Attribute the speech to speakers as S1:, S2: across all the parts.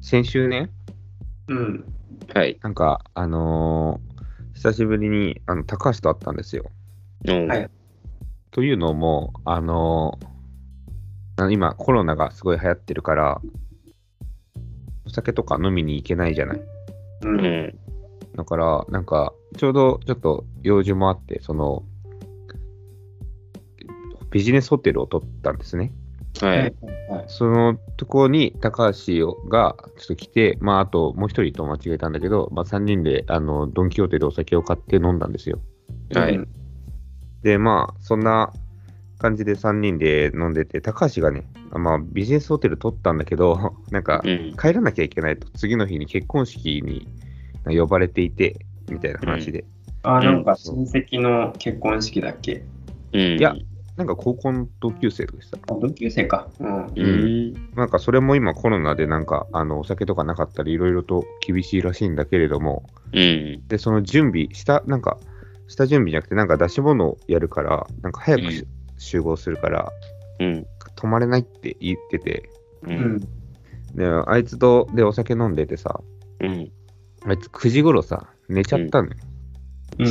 S1: 先週ね、
S2: うん。
S3: はい。
S1: なんか、あのー久しぶりにあの高橋と会ったんですよ。
S3: うん
S2: はい
S1: というのも、あのーあの今、コロナがすごい流行ってるから、お酒とか飲みに行けないじゃない。
S2: う。
S3: うんん。
S1: だから、なんか、ちょうどちょっと用事もあって、その、ビジネスホテルを取ったんですね。
S2: は
S3: はいい。
S2: はい。
S1: そのとこに高橋がちょっと来て、まあ、あともう一人友達がいたんだけど、まあ、3人であのドン・キホーテでお酒を買って飲んだんですよ。
S3: はい
S2: うん
S1: で、まあ、そんな感じで3人で飲んでて、高橋がね、まあ、ビジネスホテル取ったんだけど、 なんか
S3: うん。
S1: 帰らなきゃいけないと、次の日に結婚式に呼ばれていて、みたいな話で、
S2: あ、なんか親戚の結婚式だっけ
S3: うん。
S1: いやなんか高校の同級生とかさ、
S2: あ、同級生か。うん。
S3: うん。
S1: なんかそれも今コロナでなんかあのお酒とかなかったり、いろいろと厳しいらしいんだけれども、
S3: うん。
S1: で、その準備、下、なんか、下準備じゃなくて、なんか出し物をやるから、なんか早くし、
S3: う
S1: 集合するから、
S3: うん。
S1: 泊まれないって言ってて、
S3: う。
S2: うんん。
S1: で、あいつと、で、お酒飲んでてさ、
S3: うん。
S1: あいつ9時頃さ、寝ちゃったのよ。
S2: うん。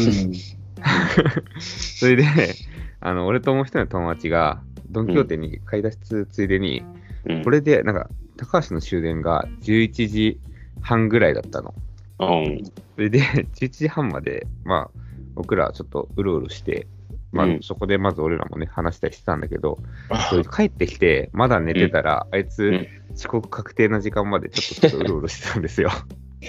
S1: それで、 あの、俺ともう一人の友達が、ドン・キホーテに買い出しつついでに、
S3: うん。
S1: これで、なんか、高橋の終電が11時半ぐらいだったの。
S3: うん。
S1: それで、11時 半まで、まあ、僕らちょっとうろうろして、まあ
S3: うん、
S1: そこでまず俺らもね、話したりしてたんだけど、それで帰ってきて、まだ寝てたら、あいつ、
S3: うん
S1: 遅刻確定な時間までちょっとちょっとうろうろしてたんですよ。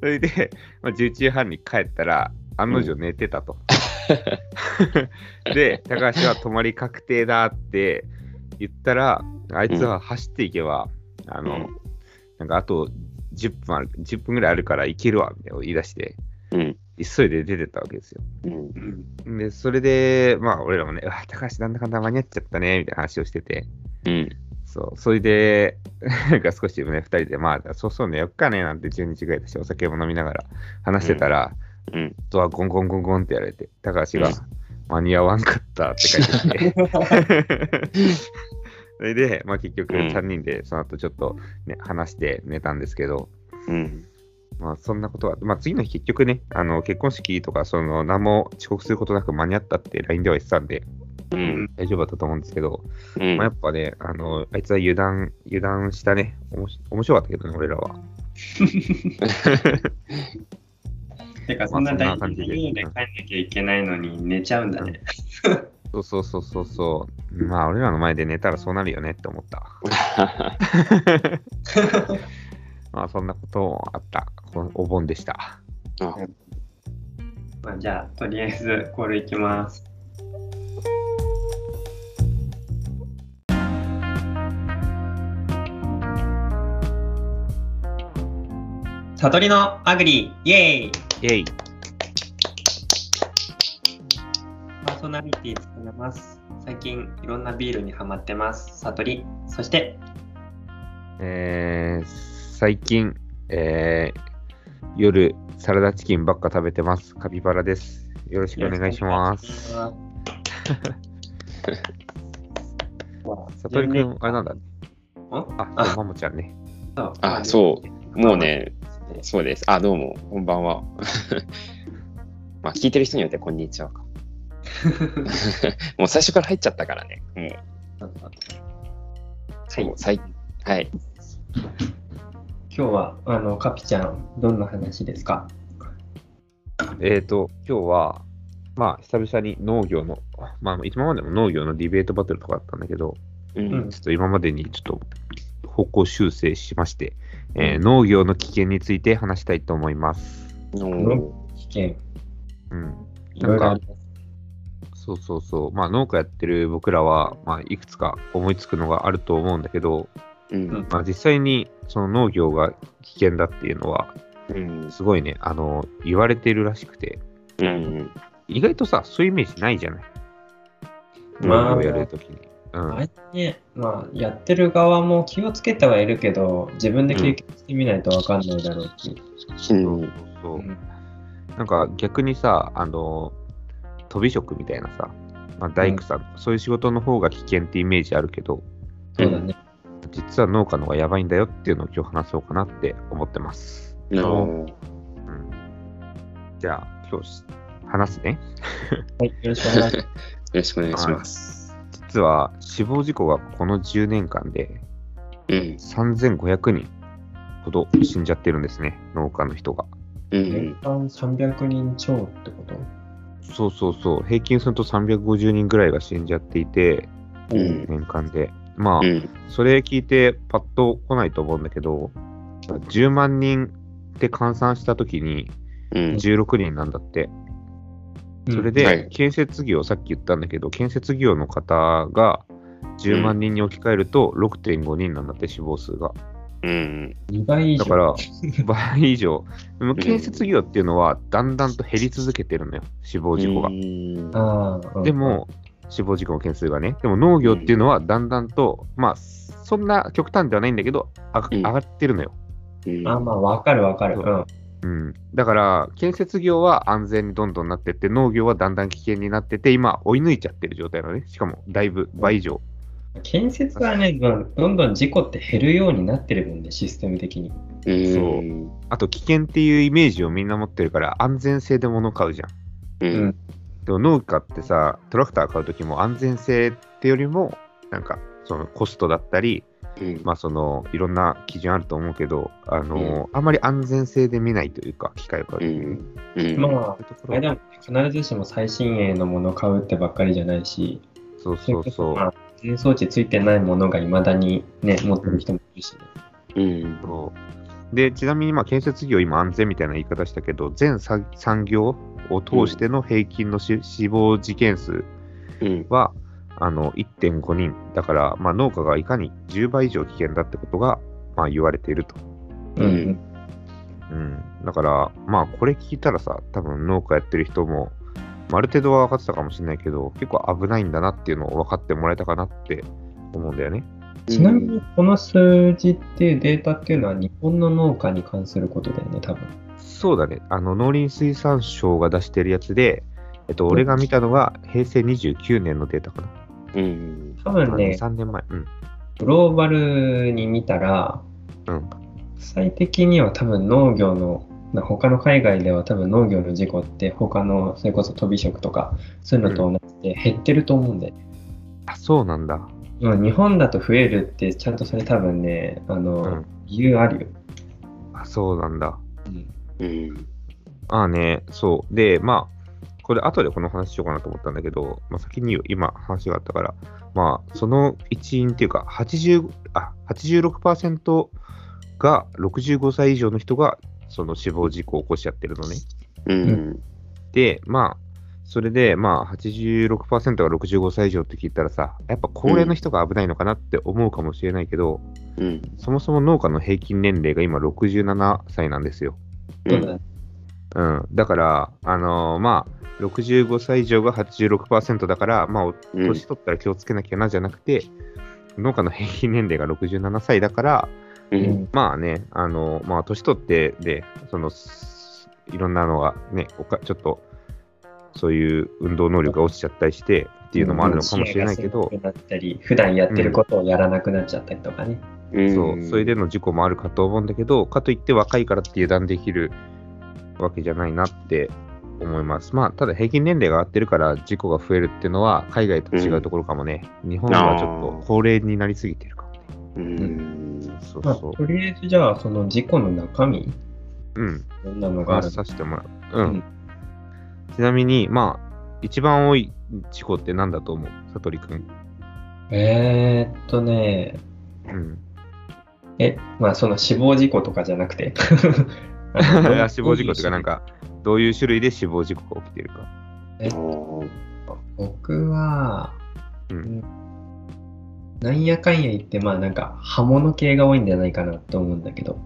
S1: それで、まあ、11時半に帰ったら、案の定寝てたと。で、高橋は泊まり確定だって言ったら、あいつは走っていけば、あの、
S3: う
S1: なんかあと10分ある、10分ぐらいあるから行けるわ、みたいなのを言い出して、
S3: うん。
S1: 急いで出てったわけですよ。
S3: うん。
S2: うん
S1: で、それで、まあ、俺らもね、うわ、高橋なんだかんだ間に合っちゃったね、みたいな話をしてて、
S3: うん。
S1: そう、それで、 なんか少しね、二人で、まあ、そうそうね、よっかね、なんて12時ぐらいだし、お酒も飲みながら話してたら、
S3: うん。
S1: ドアゴンゴンゴンゴンってやられて、高橋が
S3: うん、
S1: 間に合わんかったって書いてきて、 それで、まあ結局
S3: うん
S1: 3人で、その後ちょっと、ね、話して寝たんですけど、
S3: うん。
S1: まあそんなことは、まあ次の日結局ね、あの結婚式とか、その何も遅刻することなく間に合ったって LINE では言ってたんで、
S3: うん。
S1: 大丈夫だったと思うんですけど、
S3: うん
S1: まあ、やっぱね、あの、あいつは油断、油断したね。おもし面白かったけどね、俺らは。
S2: てか、そんな
S1: まあそんな
S2: 大
S1: 感
S2: 事
S1: じ
S2: な
S1: で
S2: 家で帰んなきゃいけないのに寝ちゃうんだね。
S1: そうそうそうそうそう。まあ、俺らの前で寝たらそうなるよねって思った。まあ、そんなこともあった。このお盆でした。
S2: まあ、じゃあ、とりあえずコールいきます。悟りのアグリイエ
S1: イ
S2: ーイ
S1: ェイ
S2: パーソナリティ務めます。最近いろんなビールにハマってます。悟り。そして、
S1: えー、最近、えー、夜、サラダチキンばっか食べてます。カピバラです。よろしくお願いします。
S2: よろしくお願いします。
S1: さとりくん、あれなんだね。
S2: ん
S1: あ、そう、マモちゃんね。
S2: そう
S3: あ、そう。もう。ね、そうです。あ、どうも。こんばんは。まあ、聞いてる人によって、こんにちはか。もう最初から入っちゃったからね。もう、
S2: は
S3: そ、
S2: いう
S3: 最、はい。
S2: 今日はあのカピちゃんどんな話ですか
S1: えーと、今日は、まあ、久々に農業の、まあ、今までも農業のディベートバトルとかあったんだけど、
S3: う
S2: うんん。
S1: ちょっと今までにちょっと方向修正しまして、えー農業の危険について話したいと思います。
S3: うん
S2: 危険
S1: うん、
S2: いろいろあり
S1: そうそうそう、まあ、農家やってる僕らは、まあ、いくつか思いつくのがあると思うんだけど、
S3: うん。
S1: まあ、実際にその農業が危険だっていうのは、
S3: うん。
S1: すごいね、あの言われてるらしくて、
S3: うん。
S1: 意外とさ、そういうイメージないじゃない。
S2: まあ
S1: 農業やるときに。うん
S2: あれね、まあ、やってる側も気をつけてはいるけど、自分で経験してみないとわかんないだろうし。
S1: そうそうそう。なんか逆にさ、あの、飛び職みたいなさ、まあ、大工さん、そういう仕事の方が危険ってイメージあるけど、
S2: そうだね。
S1: 実は農家の方がやばいんだよっていうのを今日話そうかなって思ってます。
S3: なるほど。
S1: うん、じゃあ、今日し話すね。
S2: はい、よろしくお願いします。
S3: よろしくお願いします。
S1: 実は死亡事故がこの10年間で
S3: うん。
S1: 3500人ほど死んじゃってるんですね、農家の人が。
S3: う
S2: 年
S3: ん。
S2: 間300人超ってこと
S1: そうそうそう、平均すると350人ぐらいが死んじゃっていて、
S3: うん
S1: 年間で。まあ、
S3: うん。
S1: それ聞いてパッと来ないと思うんだけど、10万人って換算したときに
S3: うん。
S1: 16人なんだって。それ、で、
S3: はい
S1: 建設業、さっき言ったんだけど、建設業の方が10万人に置き換えると6.5人なんだって、死亡数が。
S3: うん。
S2: 2倍以上。
S1: だ から、倍以上。でも建設業っていうのは、だんだんと減り続けてるのよ、死亡事故が。
S3: が。
S2: ああ、うん
S1: で、も、死亡事故の件数がね。でも農業っていうのは、だんだんと、まあ、そんな極端ではないんだけど、あ
S3: うん
S1: 上がってるのよ。
S3: うん
S2: あーまあ、わかるわかる。う。
S1: そうんうん、だから、建設業は安全にどんどんなってって、農業はだんだん危険になってて、今、追い抜いちゃってる状態なのね。しかも、だいぶ倍以上。
S2: 建設はね、どんどんどん事故って減るようになってるもんね、システム的に。
S3: うん
S1: そうあと、危険っていうイメージをみんな持ってるから、安全性で物買うじゃん。
S3: うん。
S1: でも農家ってさ、トラクター買うときも安全性ってよりも、なんか、そのコストだったり、
S3: うん。
S1: まあ、そのいろんな基準あると思うけど、あのあんまり安全性で見ないというか、機械を買う
S3: う
S1: ときにね
S3: ん。うん。
S2: ま
S1: そういうとこ
S2: あ、
S1: ろ
S2: あれでも、必ずしも最新鋭のもの買うってばっかりじゃないし、
S1: そうそう
S2: それ
S1: そ
S2: こま
S1: う
S2: あ安全装置ついてないものがいまだにね、持ってる人もいるし、ね。
S3: うん。
S1: そう。で、ちなみにまあ建設業、今安全みたいな言い方したけど、全産産業を通しての平均のし、死亡事件数
S3: うん。
S1: はあの1.5人。だから、まあ、農家がいかに10倍以上危険だってことが、まあ、言われていると。
S3: うん
S2: うん
S1: うん、だから、まあ、これ聞いたらさ、多分農家やってる人も、まあある程度は分かってたかもしれないけど、結構危ないんだなっていうのを分かってもらえたかなって思うんだよね。
S2: ちなみに、この数字っていうデータっていうのは日本の農家に関することだよね、多分。
S1: そうだね、あの農林水産省が出してるやつで、えっと、俺が見たのが平成29年のデータかな。
S3: うん。
S2: 多分ね、
S1: 3年前。うん。
S2: グローバルに見たら、
S1: うん
S2: 国際的には多分農業の、な他の海外では多分農業の事故って他のそれこそ飛び職とかそういうのと同じで減ってると思うんで、
S1: あ、そうなんだ。
S2: うん、日本だと増えるってちゃんとそれ多分ねあの、
S1: うん
S2: 理由あるよ、
S1: あ、そうなんだ。
S3: うん。
S1: ああね、そう。で、まあ、これ後でこの話しようかなと思ったんだけど、まあ、先に言う今話があったから、まあ、その一因っていうか、80あ86%が65歳以上の人がその死亡事故を起こしちゃってるのね。
S3: うん。
S1: で、まあ、それで、まあ86、が65歳以上って聞いたらさ、やっぱ高齢の人が危ないのかなって思うかもしれないけど、
S3: うん。
S1: そもそも農家の平均年齢が今67歳なんですよ。
S2: そうだね
S1: うん、だから、あのーまあ、65歳以上が86%だから、まあ、お
S3: うん
S1: 年取ったら気をつけなきゃなじゃなくて、農家の平均年齢が67歳だから、
S3: うん。
S1: まあね、あのーまあ、年取ってで、そのすいろんなのがね、おかちょっとそういう運動能力が落ちちゃったりしてっていうのもあるのかもしれないけど
S2: 視、野が狭くなったり普段やってることをやらなくなっちゃったりとかね、
S3: うん。
S1: そう、それで、の事故もあるかと思うんだけど、かといって若いからって油断できるわけじゃないなって思います。まあ、ただ平均年齢が上がってるから事故が増えるっていうのは海外と違うところかもね。日本はちょっと高齢になりすぎてるかもね。
S3: うん。
S1: そう
S2: まあ、
S1: そ
S2: とりあえずじゃあその事故の中身
S1: う。うん。
S2: どんなのがあ
S1: 話
S2: る
S1: させてもらう。うん。
S2: うん
S1: ちなみに、まあ、一番多い事故って何だと思うさとりくん。
S2: えー、っとね
S1: うん。
S2: え、まあその死亡事故とかじゃなく て
S1: 死亡事故っていうか、なん。か、どういう種類で死亡事故が起きてるか。
S2: 僕は、
S1: うん
S2: うんなんやかんや言って、まあなんか刃物系が多いんじゃないかなと思うんだけど、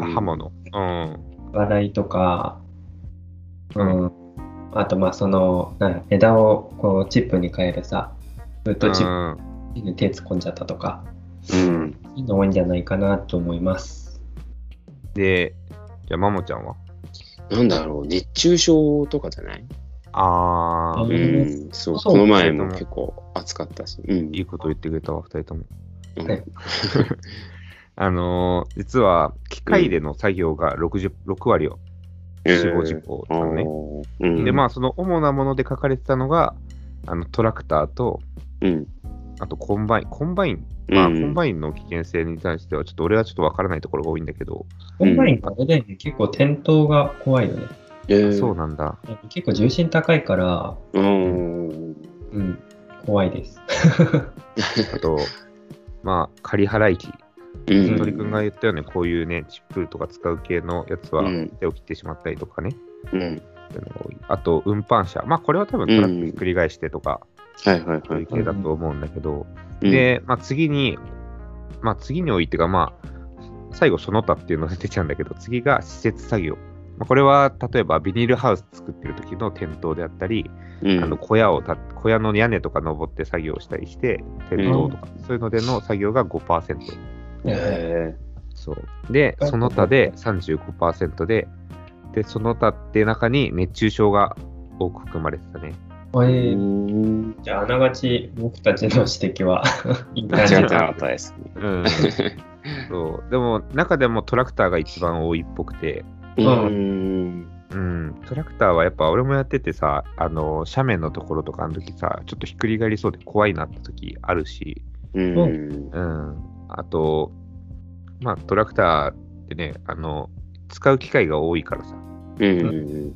S1: あ刃物。うん。
S2: 笑いとか、う、
S1: うん
S2: あとまあその、なんや枝をこうチップに変えるさ、ずっとチッ
S1: うん
S2: プに手突っ込んじゃったとか、
S3: うん。
S2: いいの多いんじゃないかなと思います。
S1: で、じゃあ、マモちゃんは
S3: なんだろう、熱中症とかじゃない
S1: ああ、
S3: うん。そう、
S2: そう
S3: この前も結構暑かったし。うん。
S1: いいこと言ってくれたわ、二人とも。
S3: うん
S2: はい
S1: あのー実は機械での作業が60 6割を死亡事故なのね。
S3: おーうん
S1: で、まあ、その主なもので書かれてたのが、あのトラクターと、
S3: うん。
S1: あとコンバイン。コンバイン、
S3: うん
S1: まあ、コンバインの危険性に対しては、ちょっと俺はちょっとわからないところが多いんだけど、
S2: オンラインあれだよね、結構転倒が怖いよね。
S3: えー
S1: そうなんだ。
S2: 結構重心高いから、
S3: うん。
S2: うん、怖いです。
S1: あと、まあ、仮払い機。
S3: うん
S1: 鳥くんが言ったように、こういうね、チップとか使う系のやつは
S3: うん、
S1: 手を切ってしまったりとかね。
S3: うん。
S1: っていうのが多いあと、運搬車。まあ、これは多分トラックひっくり返してとか、
S3: はいはい
S1: そう
S3: は
S1: いう
S3: い。
S1: 系だと思うんだけど、
S3: うん、
S1: で、まあ、次に、まあ、次においてが、まあ、最後、その他っていうのが出ちゃうんだけど、次が施設作業。まあ、これは例えばビニールハウス作ってる時の転倒であったり、
S3: うん、
S1: あの小屋をた小屋の屋根とか登って作業したりして、転倒とか、そういうのでの作業が5%。
S3: え
S1: そうで、
S2: はい
S1: その他で35%で、で、その他って中に熱中症が多く含まれてたね。
S2: あえ
S3: ー、
S2: ー
S3: うん。
S2: じゃあ、あながち僕たちの指摘 はいい
S3: 間
S2: 感
S3: 違っ
S2: じ
S3: て
S2: だ
S3: なかったですね。
S1: うん、そうでも、中でもトラクターが一番多いっぽくて、
S2: うん
S3: ん。
S1: うん、トラクターはやっぱ俺もやっててさ、あの斜面のところとかの時さ、ちょっとひっくり返りそうで怖いなって時あるし、
S3: うん。
S1: うん、あと、まあトラクターってね、あの使う機会が多いからさ、
S3: うん。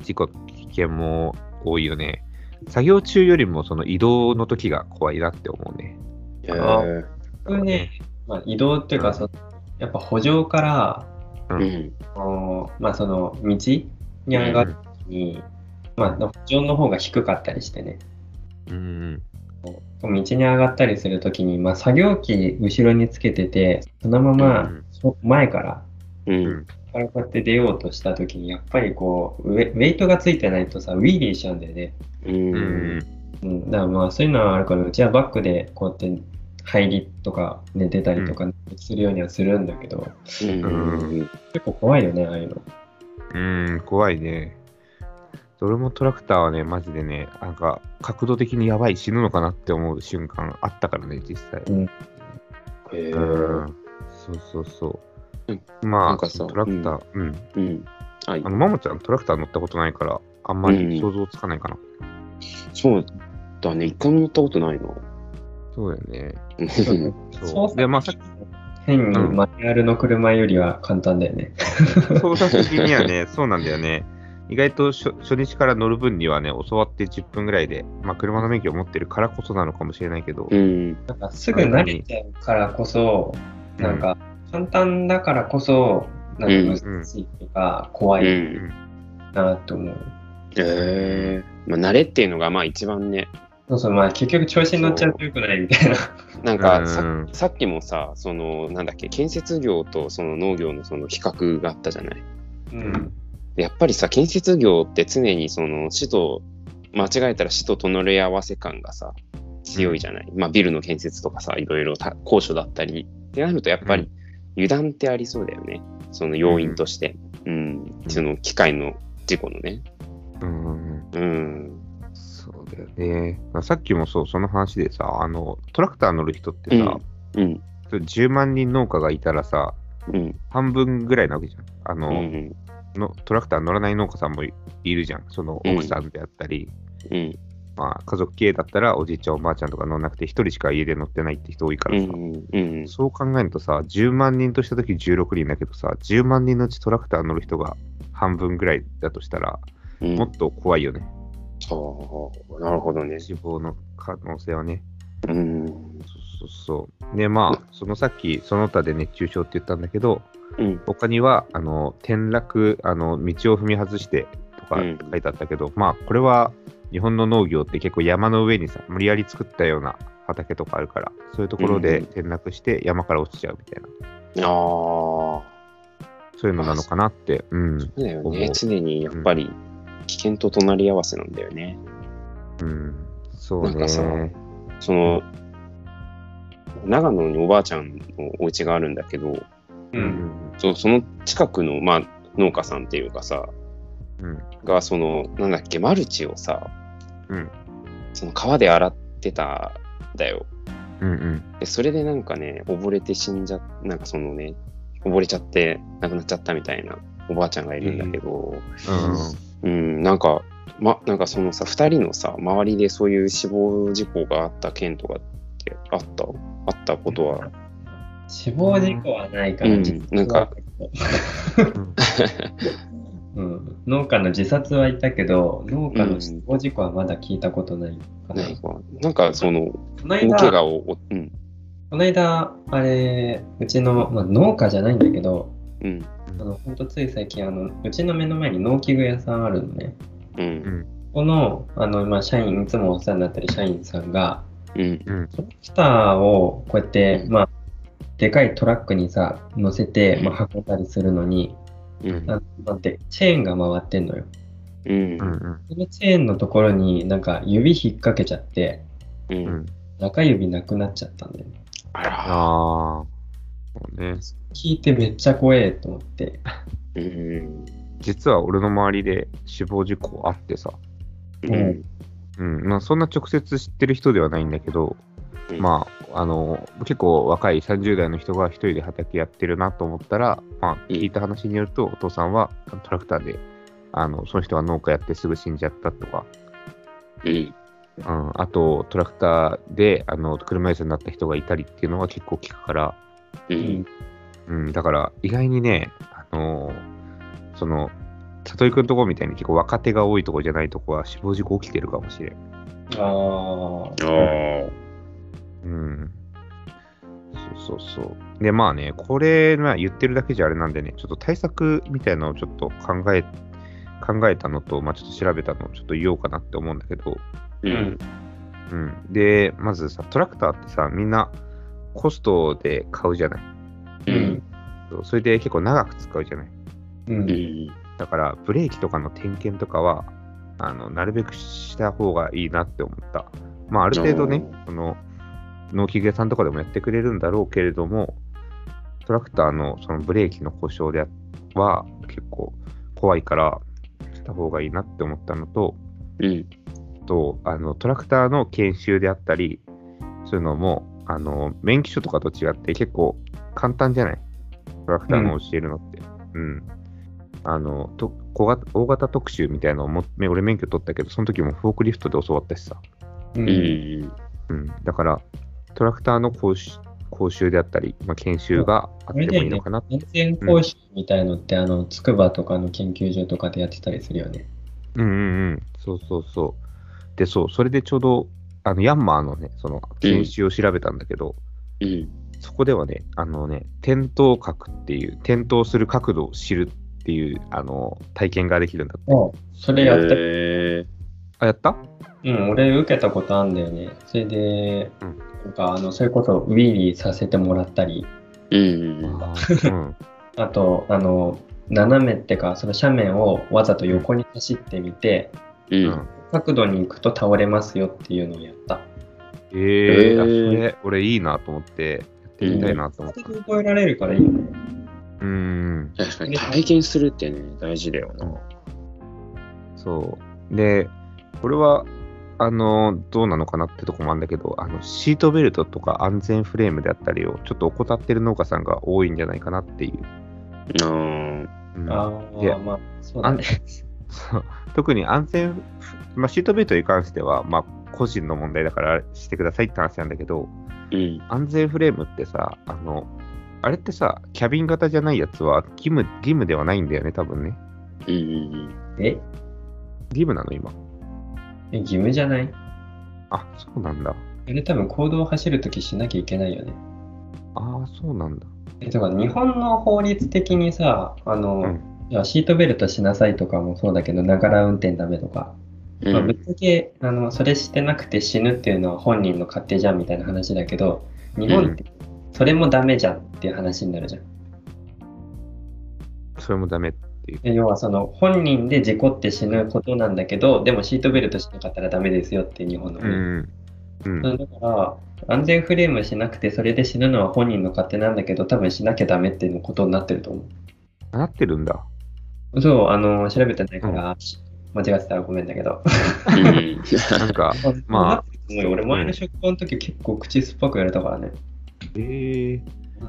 S1: 事故、危険も多いよね。作業中よりもその移動の時が怖いなって思うね。
S3: えー
S2: 僕ね、まあ、移動っていうか、そのやっぱ補助から、
S3: うん。
S2: あのまあ、その道に上がる時に、まあ、補助の方が低かったりしてね、
S1: うん、
S2: 道に上がったりするときに、まあ、作業機後ろにつけてて、そのま
S1: う
S2: ま
S1: ん
S2: そ前から、
S3: うん。
S2: こうやって出ようとしたときに、やっぱりこうウェ、ウェイトがついてないとさ、ウィーリーしちゃうんだよね。
S3: うん。
S1: うん、
S3: うん。
S2: うん、だからまあ、そういうのはあるから、うちはバックでこうやって入りとか、ね、出たりとかするようにはするんだけど、
S3: うん。
S2: 結構怖いよね、ああいうの。
S1: うん、うん怖いね。俺もトラクターはね、マジでね、なんか角度的にやばい、死ぬのかなって思う瞬間あったからね、実際。
S3: えー
S1: うんそうそうそう。
S3: な
S1: ま
S3: ん
S1: あ、
S3: かさ
S1: トラクター、うん、
S3: うん。はい
S1: あ。の、マモちゃん、トラクター乗ったことないから、あんまり想像つかないかな。
S3: そうだね。一回も乗ったことないな。
S1: そうだよね。
S3: うん
S1: そう。で、まあ、さっき
S2: 変にマニュアルの車よりは簡単だよね。
S1: 操作的にはね、 そうなんだよね。意外と初初日から乗る分にはね、教わって10分ぐらいで、まあ、車の免許を持ってるからこそなのかもしれないけど、
S3: うん。
S2: なんかすぐ慣れちゃうからこそ、
S1: うん
S2: なんか簡単だからこそ、なんか難しいとか、怖
S3: う
S2: い
S3: ん。
S2: なと思う。
S3: ええまあ、慣れっていうのがまあ一番ね、
S2: そうそう、まあ結局調子に乗っちゃうとよくないみたいな。
S3: なんか
S1: う
S3: さ,、
S1: ん
S3: さっきもさ、そのなんだっけ、建設業とその農業のその比較があったじゃない。
S2: うん。
S3: でやっぱりさ、建設業って常にその市と、間違えたら市と隣り合わせ感がさ、強いじゃない。まあビルの建設とかさ、いろいろた高所だったりってなるとやっぱ
S1: う
S3: り油断ってありそうだよね。その要因として。うん。その機械の事故のね。
S1: うんうん
S3: うん。
S1: そうだよね。まあさっきもそう、その話でさ、あの、トラクター乗る人ってさ、
S3: うん。
S1: 10万人農家がいたらさ、
S3: うん。
S1: 半分ぐらいなわけじゃん。あ
S3: う
S1: の、
S3: ん。
S1: のトラクター乗らない農家さんもいいるじゃん。その奥さんであったり、
S3: うん。
S1: まあ、家族経営だったらおじいちゃん、おばあちゃんとか乗らなくて、1人しか家で乗ってないって人多いから
S3: う
S1: さ。
S3: ん。うん。
S1: そう考えるとさ、10万人としたとき16人だけどさ、10万人のうちトラクター乗る人が半分ぐらいだとしたら、
S3: うん
S1: もっと怖いよね。
S3: そう、なるほどね。
S1: 死亡の可能性はね。
S3: うん。
S1: そうそうそう。で、まあ、そのさっき、その他で熱中症って言ったんだけど、
S3: うん。
S1: 他には、あの、転落、あの、道を踏み外してとか
S3: うん
S1: 書いてあったけど、まあ、これは日本の農業って結構山の上にさ、無理やり作ったような畑とかあるから、そういうところで
S3: うん
S1: 転落して山から落ちちゃうみたいな、
S3: ああ、そ
S1: そういうのなのかなって、うん。
S3: うだよ
S1: 思
S3: ね
S1: う。
S3: 常にやっぱり危険と隣り合わせなんだよね。
S1: うんそう
S3: なんかさ
S1: ね。
S3: その、長野におばあちゃんのお家があるんだけど、
S2: う。
S1: うんん
S3: そその近くの、まあ、農家さんっていうかさ、
S1: うん
S3: が、その、なんだっけ、マルチをさ、
S1: うん
S3: その川で洗ってたんだよ。
S1: うんうん。
S3: でそれでなんかね溺れて死んじゃなんかそのね溺れちゃって亡くなっちゃったみたいなおばあちゃんがいるんだけど、
S1: う
S3: うん、なんか、ま、なんかそのさ、2人のさ、周りでそういう死亡事故があった件とかってあったあったことは。
S2: 死亡事故はないか
S3: う
S2: ら、
S3: ん
S2: 実は
S3: なんか。
S1: ん。
S2: うん、農家の自殺はいたけど、農家の死亡事故はまだ聞いたことないかな。
S3: ないかなんかその、
S2: この
S3: 大
S2: 間
S3: 怪我を、おうん、
S2: この間、あれ、うちの、まあ、農家じゃないんだけど、
S3: うん、
S2: あのほんとつい最近あの、うちの目の前に農機具屋さんあるのね。
S3: う、
S1: うんん。
S2: この、あの、まあ、社員、いつもお世話になってる社員さんが、
S3: うん、
S2: スターをこうやって、
S3: うん
S2: まあ、でかいトラックにさ、乗せて
S3: う、ん
S2: まあ、運んだりするのに、
S3: うん、
S2: なんなんて、チェーンが回ってんのよ。
S3: うん、
S1: うんうん。
S2: そのチェーンのところになんか指引っ掛けちゃって、
S3: う。
S1: うんん。
S2: 中指なくなっちゃったんだよね。
S3: あら、
S1: ああ。そうね。
S2: 聞いてめっちゃ怖えと思って。
S3: うん、
S1: 実は俺の周りで死亡事故あってさ。
S3: うん、
S1: うん。まあそんな直接知ってる人ではないんだけど、
S3: うん
S1: まあ、あの、結構若い30代の人が一人で畑やってるなと思ったら、まあ、聞いた話によると、お父さんはトラクターで、あの、その人が農家やってすぐ死んじゃったとか、
S3: うん、
S1: うん、あとトラクターであの車椅子になった人がいたりっていうのは結構聞くから、
S3: うん、
S1: うん、だから意外にね、あのーその、里井くんとこみたいに結構若手が多いとこじゃないとこは死亡事故起きてるかもしれん。
S2: あ
S3: ああ、
S1: うん。そうそうそう。で、まあね、これ、まあ、言ってるだけじゃあれなんでね、ちょっと対策みたいなのをちょっと考え、考えたのと、まあちょっと調べたのをちょっと言おうかなって思うんだけど、
S3: うん、
S1: うん、で、まずさ、トラクターってさ、みんなコストで買うじゃない。
S2: う
S3: うんん、
S1: そうそれで結構長く使うじゃない。
S2: う。
S3: うんん、
S1: だから、ブレーキとかの点検とかは、あのなるべくした方がいいなって思った。まあ、ある程度ね
S3: う、
S1: その農機具屋さんとかでもやってくれるんだろうけれども、トラクターのそのブレーキの故障では結構怖いから、した方がいいなって思ったのと、
S3: うん、
S1: とあのトラクターの研修であったりそういうのもあの免許証とかと違って結構簡単じゃないトラクターの教えるのって。うん、あのと小型大型特集みたいなのをもめ俺免許取ったけどその時もフォークリフトで教わったしさ、
S2: う。
S3: うんん、
S1: うん、だからトラクターの講習講習であったり、まあ、研修があっ
S2: こ
S1: て
S2: れ
S1: も
S2: で
S1: いい
S2: ね
S1: のかなって、
S2: 安全講習みたいのって、あの、筑波とかの研究所とかでやってたりするよね。
S1: うんうんうんそうそうそうでそうそれでちょうどあのヤンマーのねその研修を調べたんだけど、
S3: うん、
S1: そこではね、あのね、転倒角っていう、転倒する角度を知るっていう、あの、体験ができるんだって。
S2: それやった、
S3: え
S1: あ、やった
S2: うん、俺受けたことあんだよね。それで、
S1: うん
S2: なんか、あの、それこそウィリーさせてもらったり、
S3: うん、
S1: うん。
S2: あと、あの、斜めってか、その斜面をわざと横に走ってみて、
S3: う、
S1: うんん。
S2: 角度に行くと倒れますよっていうのをやった。
S1: えー、あ
S3: えー
S1: それ、俺いいなと思って、やってみたいなと思った。
S2: に覚えられるからいいよね。
S1: うん。
S3: 確かに体験するってね、大事だよな。
S1: そう。で、これは、あの、どうなのかなってとこもあるんだけど、あの、シートベルトとか安全フレームであったりを、ちょっと怠ってる農家さんが多いんじゃないかなっていう。
S3: うん、
S1: うん
S2: あ
S1: で
S2: あ、まあ、そうだね。
S1: そう特に安全、まあ、シートベルトに関しては、まあ、個人の問題だからしてくださいって話なんだけど、
S3: うん、
S1: 安全フレームってさ、あの、あれってさ、キャビン型じゃないやつは義務義務ではないんだよね、多分ね。
S3: うん、
S2: え
S1: 義務なの、今。
S2: え義務じゃない
S1: あ、そうなんだ。
S2: あれ多分行動を走るときしなきゃいけないよね。
S1: ああ、そうなんだ。
S2: えだから日本の法律的にさ、あの、
S1: うん
S2: いやシートベルトしなさいとかもそうだけど、ながら運転ダメとか、
S3: う
S2: まあ、ぶ
S3: ん
S2: っ、ちゃけあのそれしてなくて死ぬっていうのは本人の勝手じゃんみたいな話だけど、日本ってそれもダメじゃんっていう話になるじゃん。
S1: それもダメっていう。
S2: で要はその本人で事故って死ぬことなんだけど、でもシートベルトしなかったらダメですよっていう日本の
S1: う
S2: 法律。
S1: ん。うん。
S2: だから安全フレームしなくてそれで死ぬのは本人の勝手なんだけど多分しなきゃダメっていうことになってると思
S1: なってるんだ。
S2: うそうあの調べてないから、間違ってたらごめんだけど
S3: うん、
S1: なんか、まあ、
S2: ごい俺前の職場の時結構口酸っぱくやれたからね。
S1: ええ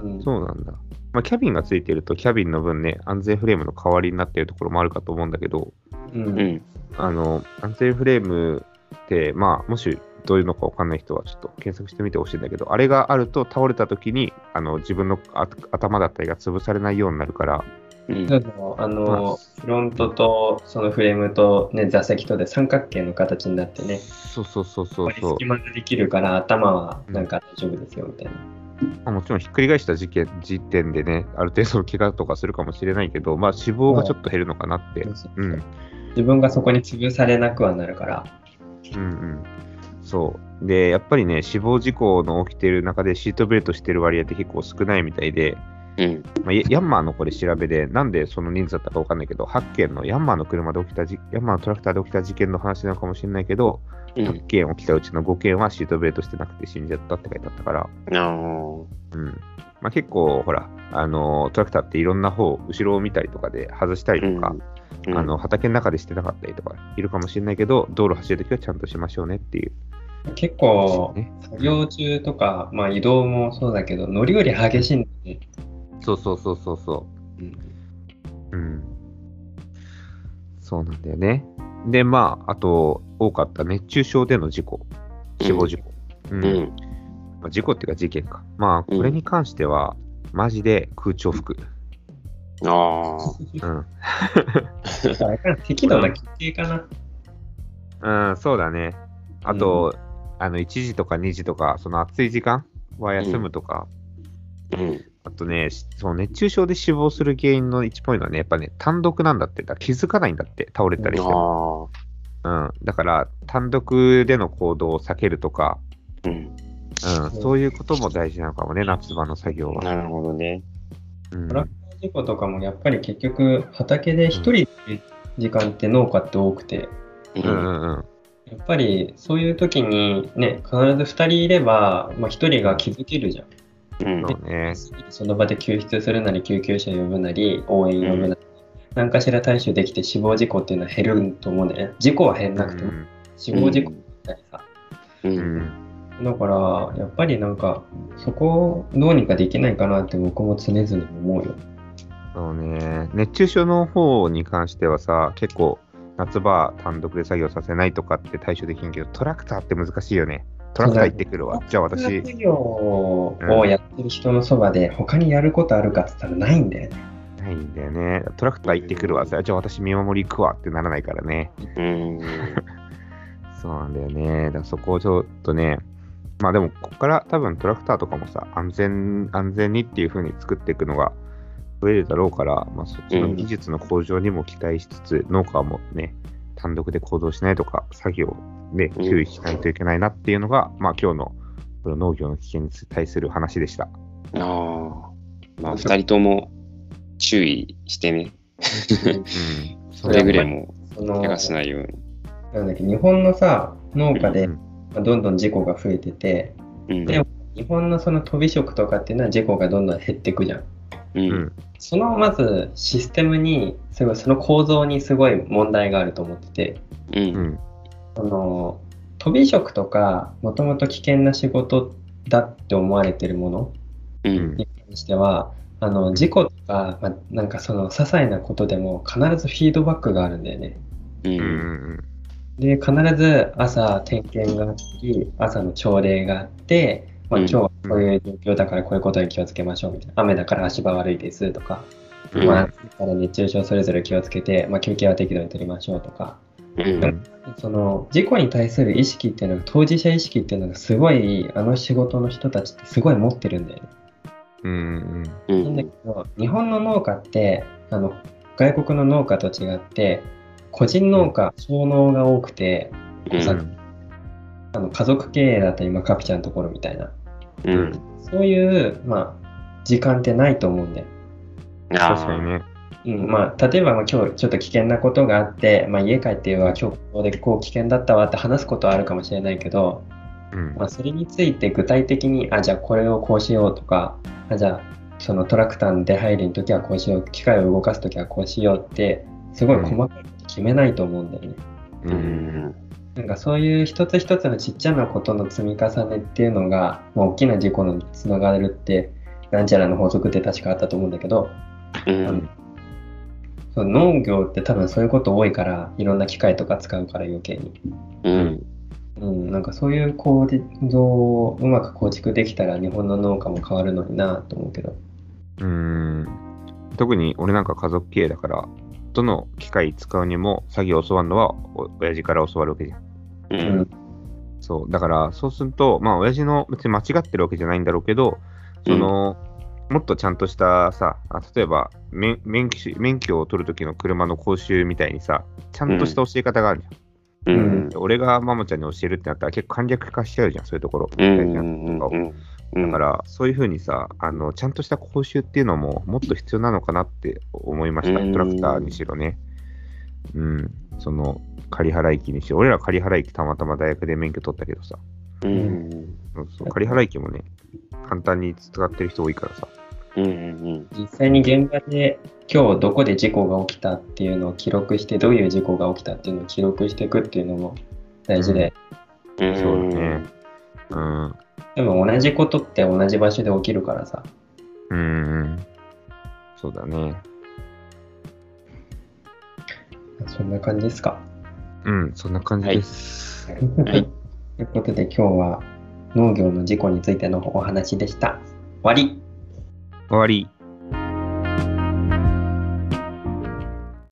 S2: うん、
S1: そうなんだ。まあ、キャビンがついてると、キャビンの分ね、安全フレームの代わりになっているところもあるかと思うんだけど、
S2: う、
S3: うんん。
S1: あの、安全フレームって、まあ、もしどういうのかわかんない人は、ちょっと検索してみてほしいんだけど、あれがあると倒れた時に、あの、自分のあ頭だったりが潰されないようになるから、
S3: うん
S2: だからあのフロントとそのフレームと、ね、座席とで三角形の形になってね、
S1: そうそうそうそう
S2: ここに
S1: そう
S2: 隙。間ができるから頭はなんか大丈夫ですよみたいな。
S1: まあもちろんひっくり返した事件時点でね、ある程度の怪我とかするかもしれないけど、まあ、死亡がちょっと減るのかなって。うん、うん
S2: 自分がそこに潰されなくはなるから。
S1: うんそうでやっぱりね死亡事故の起きてる中でシートベルトしてる割合って結構少ないみたいで、
S3: うん。
S1: まあ、ヤヤンマーのこれ調べでなんでその人数だったかわかんないけど8件のヤンマーの車で起きたじヤンマーのトラクターで起きた事件の話なのかもしれないけど、
S3: うん
S1: 8件起きたうちの5件はシートベルトしてなくて死んじゃったって書いてあったから、
S3: あー
S1: うんまあ、結構ほら、あのートラクターっていろんな方後ろを見たりとかで外したりとか、
S3: うん
S1: あの畑の中でしてなかったりとかいるかもしれないけど道路走るときはちゃんとしましょうねっていう、
S2: 結構
S1: ね
S2: 作業中とか、まあ、移動もそうだけど乗り降り激しいんだね。
S1: そうそうそうそうそ
S3: うん
S1: ううんそうなんだよねでまああと多かった熱中症での事故死亡事故、うん
S3: うん。
S1: まあ事故っていうか事件かまあこれに関しては、マジで空調服、
S3: あ
S1: うん、
S2: あれかな適度な規定かな。
S1: うん、そうだね。あと、あの1時とか2時とか、その暑い時間は休むとか、
S3: あ。うん。
S1: あとね、しその熱中症で死亡する原因の1ポイントはね、やっぱね、単独なんだって、だから気づかないんだって、倒れたりしても。う
S3: あ
S1: ん、だから、単独での行動を避けるとか、
S3: あ。うん。
S1: うん、そういうことも大事なのかもね、夏場の作業は。
S3: なるほどね。
S1: うん
S2: トラックの事故とかもやっぱり結局畑で一人でいる時間って農家って多くて、
S3: う
S1: うんう。んうん
S2: やっぱりそういう時にね、必ず2人いれば、まあ、1人が気づけるじゃん。
S3: うん
S1: そうね。
S2: その場で救出するなり、救急車呼ぶなり、応援呼ぶなり、何かしら対処できて死亡事故っていうのは減ると思うんだよね。事故は減らなくても、死亡事故だったりさ。
S3: う。
S1: うんうんん
S2: だから、やっぱりなんか、そこをどうにかできないかなって僕も常々思うよ。
S1: そうね。熱中症の方に関してはさ、結構、夏場単独で作業させないとかって対処できんけど、トラクターって難しいよね。トラクター行ってくるわ。じゃあ私、
S2: 作業をやってる人のそばで、他にやることあるかって言ったらないんだよね。
S1: ないんだよね。トラクター行ってくるわ。じゃあ私見守り行くわってならないからね。
S3: うん。
S1: そうなんだよね。だからそこをちょっとね、まあでも、ここから多分トラクターとかもさ、安全、安全にっていう風に作っていくのが増えるだろうから、まあそっちの技術の向上にも期待しつつ、農家もね、単独で行動しないとか、作業で注意しないといけないなっていうのが、まあ今日のこの農業の危険に対する話でした。
S3: ああ。まあ、二人とも注意してね。
S1: うん。そ
S3: くれぐれ
S1: も
S3: も
S2: その
S3: 怪我しないよう
S2: なんだっけ日本のさ農家で
S1: うん
S2: まあどんどん事故が増えてて
S3: に。
S2: で日本のその飛び職とかっていうのは事故がどんどん減っていくじゃん
S3: う。
S1: うんん。
S2: そのまずシステムにすごいその構造にすごい問題があると思ってて
S3: う。
S1: うんん。
S2: その飛び職とかもともと危険な仕事だって思われてるもの
S3: う。
S1: うんん。
S2: に関してはあの事故とか、まあ、なんかその些細なことでも必ずフィードバックがあるんだよね
S3: う。
S1: うんん。
S2: で必ず朝点検があり朝の朝礼があって、まあ、
S3: うん
S2: 今日はこういう状況だからこういうことに気をつけましょうみたいな雨だから足場悪いですとか、
S1: うん
S2: まあ、だから熱中症それぞれ気をつけて、まあ、休憩は適度に取りましょうとか
S3: うん。
S1: うん
S2: その事故に対する意識っていうのが当事者意識っていうのがすごいあの仕事の人たちってすごい持ってるんだよね。
S1: うん。
S3: う
S2: なんだ
S3: ん
S2: け。ど日本の農家ってあの外国の農家と違って個人農家、小農が多くてあの家族経営だったり、まあ、カピちゃんのところみたいな、
S3: うん。
S2: そういう、まあ、時間ってないと思うんで、
S3: あ
S1: 確かにね。
S2: うんまあ、例えば、まあ、今日ちょっと危険なことがあって、まあ、家帰っては今日ここでこう危険だったわって話すことはあるかもしれないけど、
S1: うん。
S2: まあ、それについて具体的にあじゃあこれをこうしようとかあじゃあそのトラクターの出入りの時はこうしよう機械を動かす時はこうしようってすごい細かいこと決めないと思うんだよね。
S1: うん。
S2: なんかそういう一つ一つのちっちゃなことの積み重ねっていうのが、まあ、大きな事故につながるってなんちゃらの法則って確かあったと思うんだけど
S3: うん。
S2: その農業って多分そういうこと多いからいろんな機械とか使うから余計に、
S3: うん。
S2: うん、なんかそういう構造をうまく構築できたら日本の農家も変わるのになと思うけど
S1: うん。特に俺なんか家族経営だから、どの機械使うにも作業を教わるのはお親父から教わるわけじゃん。
S3: う
S2: うん
S3: ん。
S1: そう。だから、そうすると、まあ、親父の別に間違ってるわけじゃないんだろうけど、その、もっとちゃんとしたさ、あ例えば免免許し、免許を取る時の車の講習みたいにさ、ちゃんとした教え方があるじゃん。
S3: うん。うん。
S1: で俺がママちゃんに教えるってなったら結構簡略化しちゃうじゃん、そういうところ。
S3: うん。う
S1: だ
S3: ん。
S1: から、そういうふうにさあの、ちゃんとした講習っていうのももっと必要なのかなって思いました、
S3: うん
S1: トラクターにしろね。うん、その、仮払い機にしろ、俺ら仮払い機たまたま大学で免許取ったけどさ、
S3: うん。
S1: そうそう仮払い機もね、簡単に使ってる人多いからさ。
S3: うん。
S2: 実際に現場で今日どこで事故が起きたっていうのを記録してどういう事故が起きたっていうのを記録していくっていうのも大事で、
S3: うん。
S1: そうだね。うん、
S2: でも同じことって同じ場所で起きるからさ
S1: うん、そうだね。
S2: そんな感じですか
S1: うん、そんな感じです。
S3: はい。
S2: ということで今日は農業の事故についてのお話でした終わり
S1: 終わり。